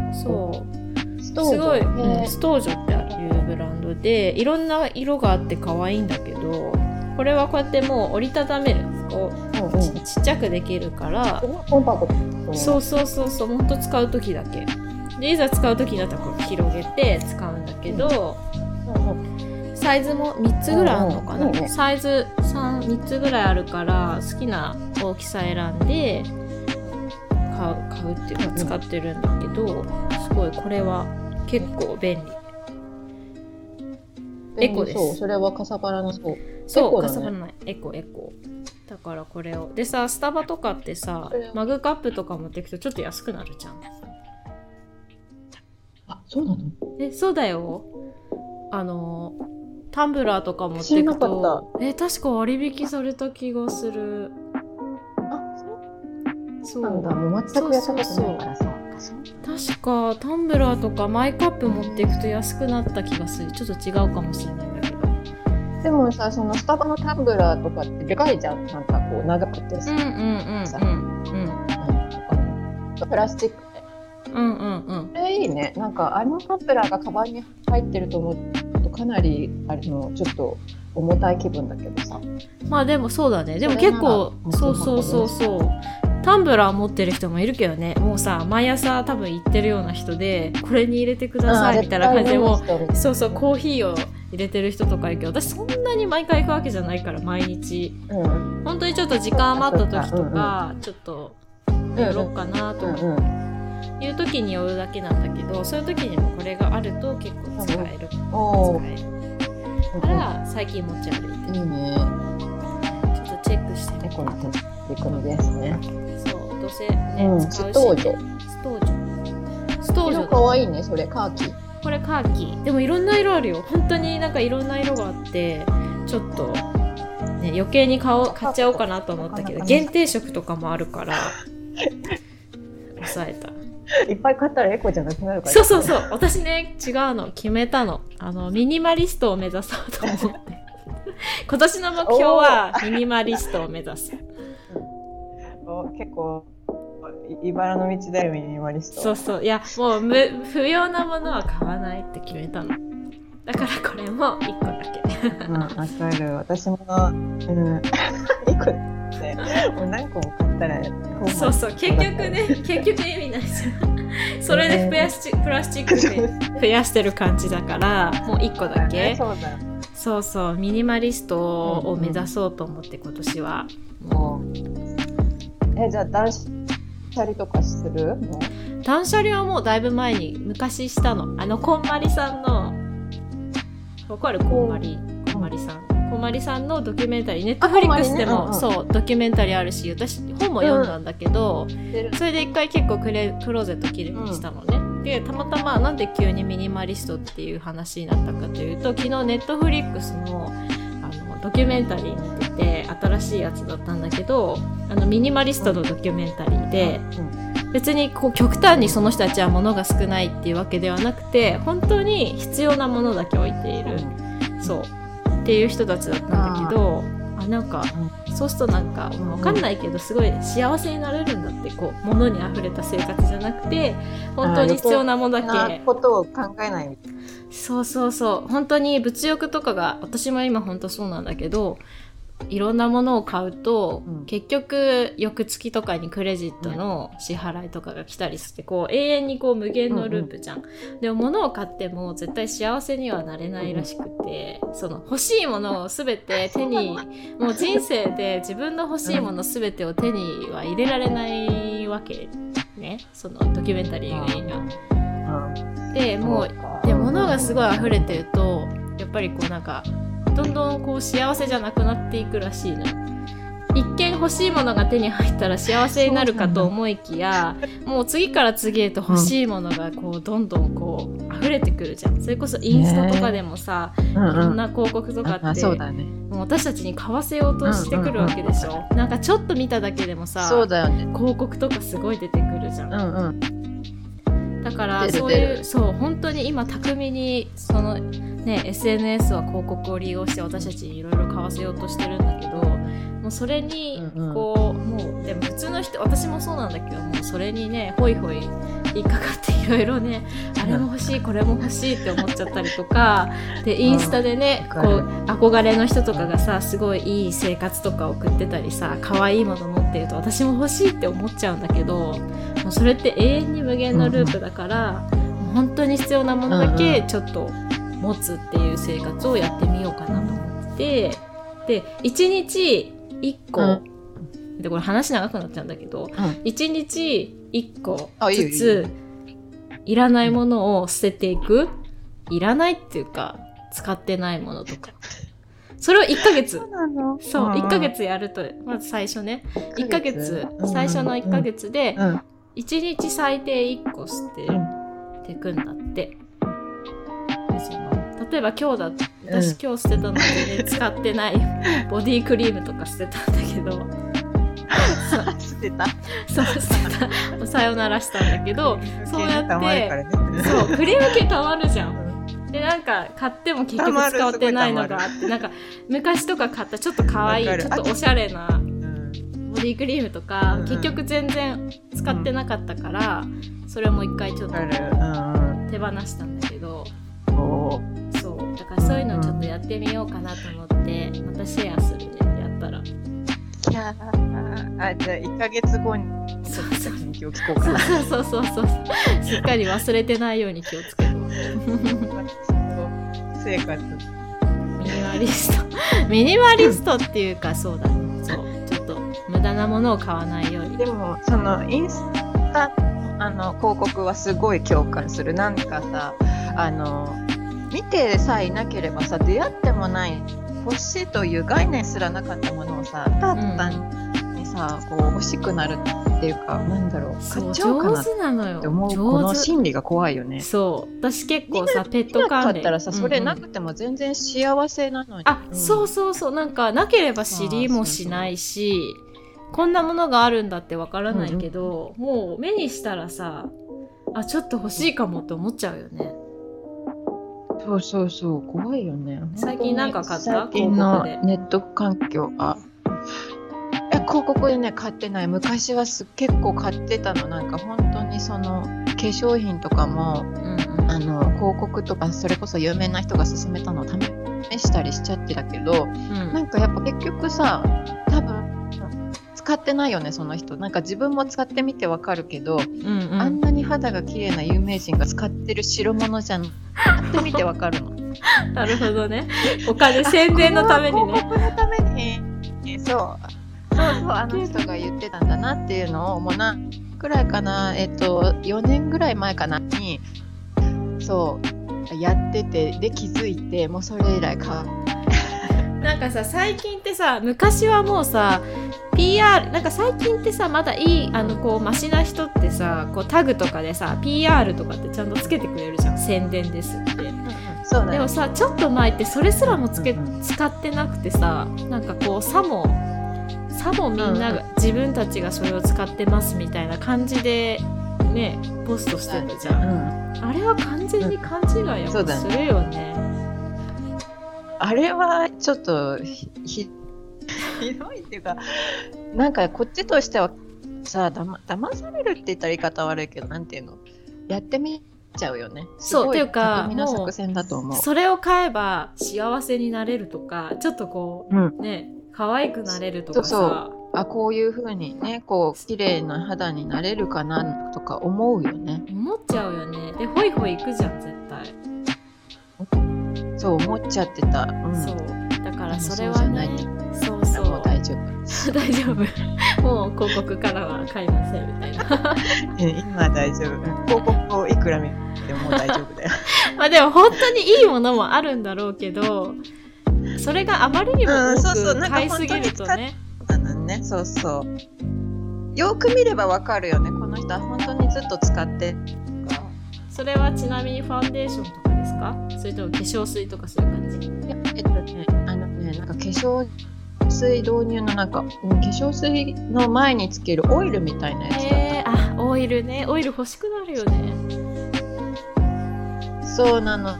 Speaker 1: う
Speaker 2: ストー
Speaker 1: す
Speaker 2: ブ
Speaker 1: ごい、
Speaker 2: へ
Speaker 1: うん、
Speaker 2: ー
Speaker 1: ストージョっていうブランドでいろんな色があって可愛いんだけどこれはこうやってもう折りたためるこ
Speaker 2: うん
Speaker 1: う
Speaker 2: うん。
Speaker 1: ち
Speaker 2: す
Speaker 1: ちっちゃくできるから
Speaker 2: ごいコンパクト。
Speaker 1: そうそうそうそうほんと使う時だけでいざ使う時になったらこう広げて使うんだけど、
Speaker 2: うん
Speaker 1: サイズも3つぐらいあるのかな、
Speaker 2: うんうんいいね
Speaker 1: サイズ3 3つぐらいあるから好きな大きさ選んで買う買うっていうか使ってるんだけどすごいこれは結構便利
Speaker 2: うん。
Speaker 1: エコです
Speaker 2: そうそれはかさばらなそう。
Speaker 1: そ
Speaker 2: エ
Speaker 1: う、
Speaker 2: コ
Speaker 1: か
Speaker 2: だね
Speaker 1: さばらないエコエコだからこれをでさスタバとかってさ
Speaker 2: うん
Speaker 1: マグカップとか持ってくとちょっと安くなるじゃん
Speaker 2: あ、そうなの？
Speaker 1: えそうだよあのタンブラーとか持ってく
Speaker 2: 知らなか
Speaker 1: とえ確か割引された気がする
Speaker 2: あ、そう
Speaker 1: そ
Speaker 2: なん
Speaker 1: う
Speaker 2: だ、もう全くやったことないからさ。
Speaker 1: 確かタンブラーとかマイカップ持っていくと安くなった気がするちょっと違うかもしれないんだけど
Speaker 2: でもさ、そのスタバのタンブラーとかってでかいじゃん。なんかこう長くて
Speaker 1: う
Speaker 2: さ、
Speaker 1: んうんうん
Speaker 2: うんプラスチック。
Speaker 1: うんうんうんうん
Speaker 2: これいいね。なんかあのタンブラーがカバンに入ってると思うとかなりあのちょっと重たい気分だけどさ。
Speaker 1: まあでもそうだねでも結構そう
Speaker 2: それなら
Speaker 1: そうそうそうタンブラー持ってる人もいるけどねもうさ毎朝多分行ってるような人でこれに入れてくださいみたいな感じでもうそうそうコーヒーを入れてる人とかいるけど私そんなに毎回行くわけじゃないから毎日
Speaker 2: うん。うん
Speaker 1: 本当にちょっと時間余った時とかちょっとやろうかなと
Speaker 2: う
Speaker 1: か
Speaker 2: んうん。
Speaker 1: いう時に寄るだけなんだけどそういう時にもこれがあると結構使える
Speaker 2: おお。
Speaker 1: 使えるから最近持ち歩いて
Speaker 2: いいね。
Speaker 1: るちょっとチェックしてみ
Speaker 2: エ
Speaker 1: て
Speaker 2: コな取り込みですね。
Speaker 1: そうどうせね、
Speaker 2: う
Speaker 1: 使
Speaker 2: ん。ス
Speaker 1: うし
Speaker 2: トージョ。
Speaker 1: ストージョストージ
Speaker 2: 色
Speaker 1: ョだ
Speaker 2: 可愛いね、それカーキ。
Speaker 1: これカーキーでもいろんな色あるよ本当になんかいろんな色があってちょっと、ね、余計に買おう買っちゃおうかなと思ったけど限定色とかもあるから抑えた
Speaker 2: いっぱい買ったらエコじゃなくなるから。
Speaker 1: そうそうそう私ね違うの決めたのあのミニマリストを目指そうと思 って今年の目標はミニマリストを目指す
Speaker 2: お結構い茨の道だよミニマリスト
Speaker 1: そうそういやもう無不要なものは買わないって決めたのだからこれも1個だけ
Speaker 2: うん、わかる私もうん一個だってもう何個も買っったら
Speaker 1: そうそう結局ね結局意味ないじゃんそれでプラスチプラスチックで増やしてる感じだからもう1個だけ
Speaker 2: そうだね
Speaker 1: そうそうミニマリストを目指そうと思って今年は
Speaker 2: もうえじゃあ断捨離とかするも
Speaker 1: 断捨離はもうだいぶ前に昔したのあのこんまりさんのわかるこんまりこんまりさんこんまりさんのドキュメンタリーネットフリックスで
Speaker 2: こんまりねうんう
Speaker 1: もそ
Speaker 2: ん
Speaker 1: うドキュメンタリーあるし私本も読んだんだけど、
Speaker 2: う出る
Speaker 1: それで一回結構クレクローゼットきれいにしたのね、でたまたまなんで急にミニマリストっていう話になったかというと昨日ネットフリックスのあのドキュメンタリー見てて新しいやつだったんだけどあのミニマリストのドキュメンタリーで、別にこう極端にその人たちは物が少ないっていうわけではなくて本当に必要なものだけ置いている、そうっていう人たちだったんだけどあなんかそうするとなんか
Speaker 2: うん
Speaker 1: わかんないけどすごい幸せになれるんだってこう物に溢れた生活じゃなくて本当に必要なもの
Speaker 2: そん
Speaker 1: だ
Speaker 2: な
Speaker 1: け
Speaker 2: ことを考えない
Speaker 1: そうそうそう本当に物欲とかが私も今本当そうなんだけどいろんなものを買うと、
Speaker 2: うん
Speaker 1: 結局翌月とかにクレジットの支払いとかが来たりしてこう永遠にこう無限のループじゃん。でも物を買っても絶対幸せにはなれないらしくてその欲しいものを全て手にもう人生で自分の欲しいもの全てを手には入れられないわけねそのドキュメンタリーが。でもうで物がすごい溢れてるとやっぱりこうなんかどんどんこう幸せじゃなくなっていくらしいの一見欲しいものが手に入ったら幸せになるかと思いきやもう次から次へと欲しいものがこうどんどんこう溢れてくるじゃんそれこそインスタとかでもさ、
Speaker 2: うん
Speaker 1: いろんな広告とか
Speaker 2: あ
Speaker 1: って
Speaker 2: そうだね
Speaker 1: もう私たちに買わせようとしてくるわけでしょ、なんかちょっと見ただけでもさ
Speaker 2: そうだよね
Speaker 1: 広告とかすごい出てくるじゃん
Speaker 2: う、んうん
Speaker 1: だから
Speaker 2: 出る
Speaker 1: そうい
Speaker 2: 出
Speaker 1: うそう本当に今巧みにそのね SNS は広告を利用して私たちにいろいろ買わせようとしてるんだけどもうそれに
Speaker 2: うんうん
Speaker 1: こう、もうでも普通の人私もそうなんだけどもうそれにねホイホイ引っかかっていろいろねあれも欲しいこれも欲しいって思っちゃったりとかでインスタでねこ
Speaker 2: わ
Speaker 1: う
Speaker 2: かる
Speaker 1: 憧れの人とかがさすごいいい生活とか送ってたりさ可愛いもの持ってると私も欲しいって思っちゃうんだけどもうそれって永遠に無限のループだから、もう本当に必要なものだけちょっと持つっていう生活をやってみようかなと思ってで1日1個、
Speaker 2: う
Speaker 1: でこれ話長くなっちゃうんだけど、
Speaker 2: ん
Speaker 1: 一1日1個
Speaker 2: あいいよ
Speaker 1: ずついらないものを捨てていくいらないっていうか使ってないものとかそれを1ヶ月
Speaker 2: うなの
Speaker 1: そう1ヶ月やるとまず最初ね1ヶ月最初の1ヶ月で
Speaker 2: うん
Speaker 1: 1日最低1個捨て てくんだって。でその例えば今日だ私今日捨てたの全然使ってない ボディクリームとか捨てたんだけど
Speaker 2: 捨てた
Speaker 1: そう捨てたさよならしたんだけどそうやって
Speaker 2: たまるからね
Speaker 1: そうクリーム系たまるじゃんでなんか買っても結局使ってないのがあってなんか昔とか買ったちょっと可愛い
Speaker 2: わか
Speaker 1: ち
Speaker 2: る
Speaker 1: ょっとおしゃれな
Speaker 2: うん
Speaker 1: ボディクリームとか、
Speaker 2: うんうん
Speaker 1: 結局全然使ってなかったから、それも一回ちょっと
Speaker 2: わかるうん
Speaker 1: 手放したんだけど
Speaker 2: うんこう
Speaker 1: そうだからそういうのをちょっとやってみようかなと思ってまたシェアするねやったら
Speaker 2: いやーあじゃあ一ヶ月後に
Speaker 1: そうそう
Speaker 2: 近況聞こうかな
Speaker 1: そうそうそうそうしっかり忘れてないように気をつけて
Speaker 2: 生活
Speaker 1: ミニマリスト ミニマリストっていうかそうだねそうちょっと無駄なものを買わないように
Speaker 2: でもそのインスタあの広告はすごい共感するなんかさあの見てさえいなければさ出会ってもない欲しいという概念すらなかったものをさたったにさ、こう欲しくなるっていうかなんだろう買
Speaker 1: そ
Speaker 2: っ
Speaker 1: う
Speaker 2: ちゃおうかな
Speaker 1: 上
Speaker 2: って
Speaker 1: 手なのよ
Speaker 2: って思うこの
Speaker 1: 上手
Speaker 2: 心理が怖いよね。
Speaker 1: そう私結構さペッ
Speaker 2: 見
Speaker 1: ト
Speaker 2: なか
Speaker 1: 関
Speaker 2: っ
Speaker 1: 連
Speaker 2: たらさそれな
Speaker 1: うんうん
Speaker 2: くても全然幸せなのに。
Speaker 1: あ、
Speaker 2: うん
Speaker 1: そうそうそうなんかなければ知りもしないしこんなものがあるんだってわからないけど、もう目にしたらさあちょっと欲しいかもって思っちゃうよね
Speaker 2: そうそうそう怖いよね。
Speaker 1: 最近なんか買った
Speaker 2: 最近の
Speaker 1: 広告で
Speaker 2: ネット環境が。え広告でね買ってない昔はす結構買ってたのなんか本当にその化粧品とかも
Speaker 1: うん
Speaker 2: あの広告とかそれこそ有名な人が勧めたのを試したりしちゃってたけど
Speaker 1: うんうん
Speaker 2: なんかやっぱ結局さ多分使使ってないよねその人なんか自分も使ってみてわかるけど、
Speaker 1: うんうん、
Speaker 2: あんなに肌が綺麗な有名人が使ってる白物じゃん使ってみてわかるの
Speaker 1: なるほどね。お金宣伝のために
Speaker 2: あ
Speaker 1: ね。
Speaker 2: これは広告のためにそうそうそうあの人が言ってたんだなっていうのをもう何くらいかなえっと4年ぐらい前かなにそうやっててで気づいてもうそれ以来買う
Speaker 1: なんかさ最近ってさ昔はもうさ PR なんか最近ってさまだいいあのこうマシな人ってさこうタグとかでさ PR とかってちゃんとつけてくれるじゃん宣伝ですって。
Speaker 2: そうだ
Speaker 1: で
Speaker 2: よ
Speaker 1: もさちょっと前ってそれすらもつけ
Speaker 2: うん
Speaker 1: 使ってなくてさなんかこうさもさもみんなが自分たちがそれを使ってますみたいな感じでねポストしてたじゃん。
Speaker 2: うん
Speaker 1: あれは完全に勘違いやっ
Speaker 2: そう
Speaker 1: ぱ
Speaker 2: だ
Speaker 1: す
Speaker 2: ね
Speaker 1: るよね。
Speaker 2: あれはちょっとひ ひひどいっていうかなんかこっちとしてはさだま騙されるって言ったら言い方悪いけどなんていうのやってみちゃうよね
Speaker 1: そう
Speaker 2: すご
Speaker 1: っていうか
Speaker 2: 巧みな
Speaker 1: もう
Speaker 2: 作戦だと思う
Speaker 1: それを買えば幸せになれるとかちょっとこ
Speaker 2: うん、
Speaker 1: うね可愛くなれるとかさ
Speaker 2: そうあこういう風にねこう綺麗な肌になれるかなとか思うよね
Speaker 1: 思っちゃうよねでホイホイ行くじゃん絶対、
Speaker 2: そう思っちゃってた、うん、
Speaker 1: そうだからそれ
Speaker 2: でもそうじ
Speaker 1: は
Speaker 2: ゃない
Speaker 1: ね
Speaker 2: って
Speaker 1: そうそう
Speaker 2: もう大丈夫
Speaker 1: 大丈夫もう広告からは買いませんみたいな
Speaker 2: 今大丈夫広告をいくら見ても大丈夫だよ
Speaker 1: まあでも本当にいいものもあるんだろうけどそれがあまりにも
Speaker 2: うんそう
Speaker 1: 多
Speaker 2: そう
Speaker 1: く
Speaker 2: なんか
Speaker 1: 買いすぎると
Speaker 2: 本当
Speaker 1: ね
Speaker 2: あのねそうそうよく見ればわかるよねこの人は本当にずっと使って
Speaker 1: それはちなみにファンデーションとかですかそれとも化粧水とかそういう感じ
Speaker 2: いやえっとねあのねなんか化粧水導入のなんか、うん化粧水の前につけるオイルみたいなやつだった、
Speaker 1: えー、あオイルねオイル欲しくなるよね
Speaker 2: そうなの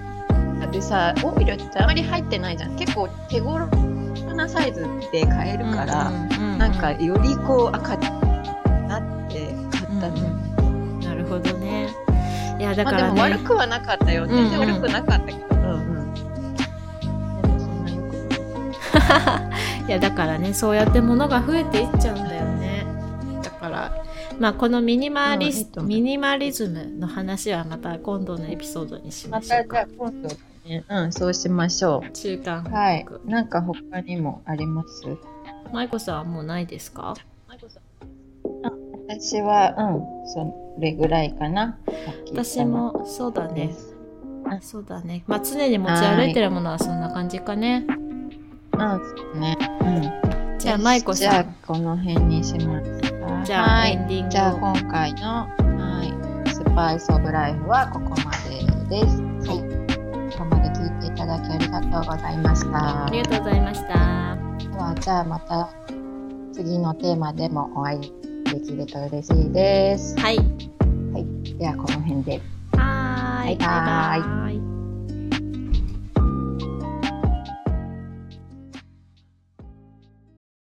Speaker 2: でさオイルってあまり入ってないじゃん結構手頃なサイズで買えるから、なんかよりこう赤っなって買ったの、
Speaker 1: なるほどねいやだ
Speaker 2: ま
Speaker 1: か
Speaker 2: あで
Speaker 1: ら
Speaker 2: も
Speaker 1: ね、
Speaker 2: 悪くはなかったよ
Speaker 1: ん
Speaker 2: 全然
Speaker 1: うん
Speaker 2: 悪くなかったけど、うんでもそんな良くない
Speaker 1: いやだからねそうやって物が増えていっちゃうんだよねだからまあこのミニマリス、
Speaker 2: うんいいと思う
Speaker 1: ミニマリズムの話はまた今度のエピソードにしま
Speaker 2: ま
Speaker 1: しょ
Speaker 2: た
Speaker 1: う
Speaker 2: じゃ
Speaker 1: か
Speaker 2: あ今度ね、うん、そうしましょ
Speaker 1: 中間
Speaker 2: う。
Speaker 1: 報
Speaker 2: はい
Speaker 1: 告。
Speaker 2: なんか他にもあります
Speaker 1: 舞子さんはもうないですか
Speaker 2: 私は、うん、それぐらいかな。さっき言った
Speaker 1: 私
Speaker 2: の
Speaker 1: もそうだ
Speaker 2: で
Speaker 1: ね
Speaker 2: す。
Speaker 1: そうだねまあ常に持ち歩いてるものはそんな感じかね
Speaker 2: うん、そうね。うん。
Speaker 1: じゃあ舞子
Speaker 2: じゃ
Speaker 1: さ
Speaker 2: あ
Speaker 1: ん
Speaker 2: この辺にしますか。
Speaker 1: じゃあ
Speaker 2: は
Speaker 1: エ
Speaker 2: い。
Speaker 1: ンディング
Speaker 2: じゃあ
Speaker 1: を
Speaker 2: 今回の、はい、スパイスオブライフはここまでです。はい。ここまで聞いていただきありがとうございました。
Speaker 1: ありがとうございました。
Speaker 2: ではじゃあまた次のテーマでもお会いできると嬉しいです。
Speaker 1: はい。
Speaker 2: ではこの辺で。
Speaker 1: はーい。
Speaker 2: バイバイ
Speaker 1: バイバイ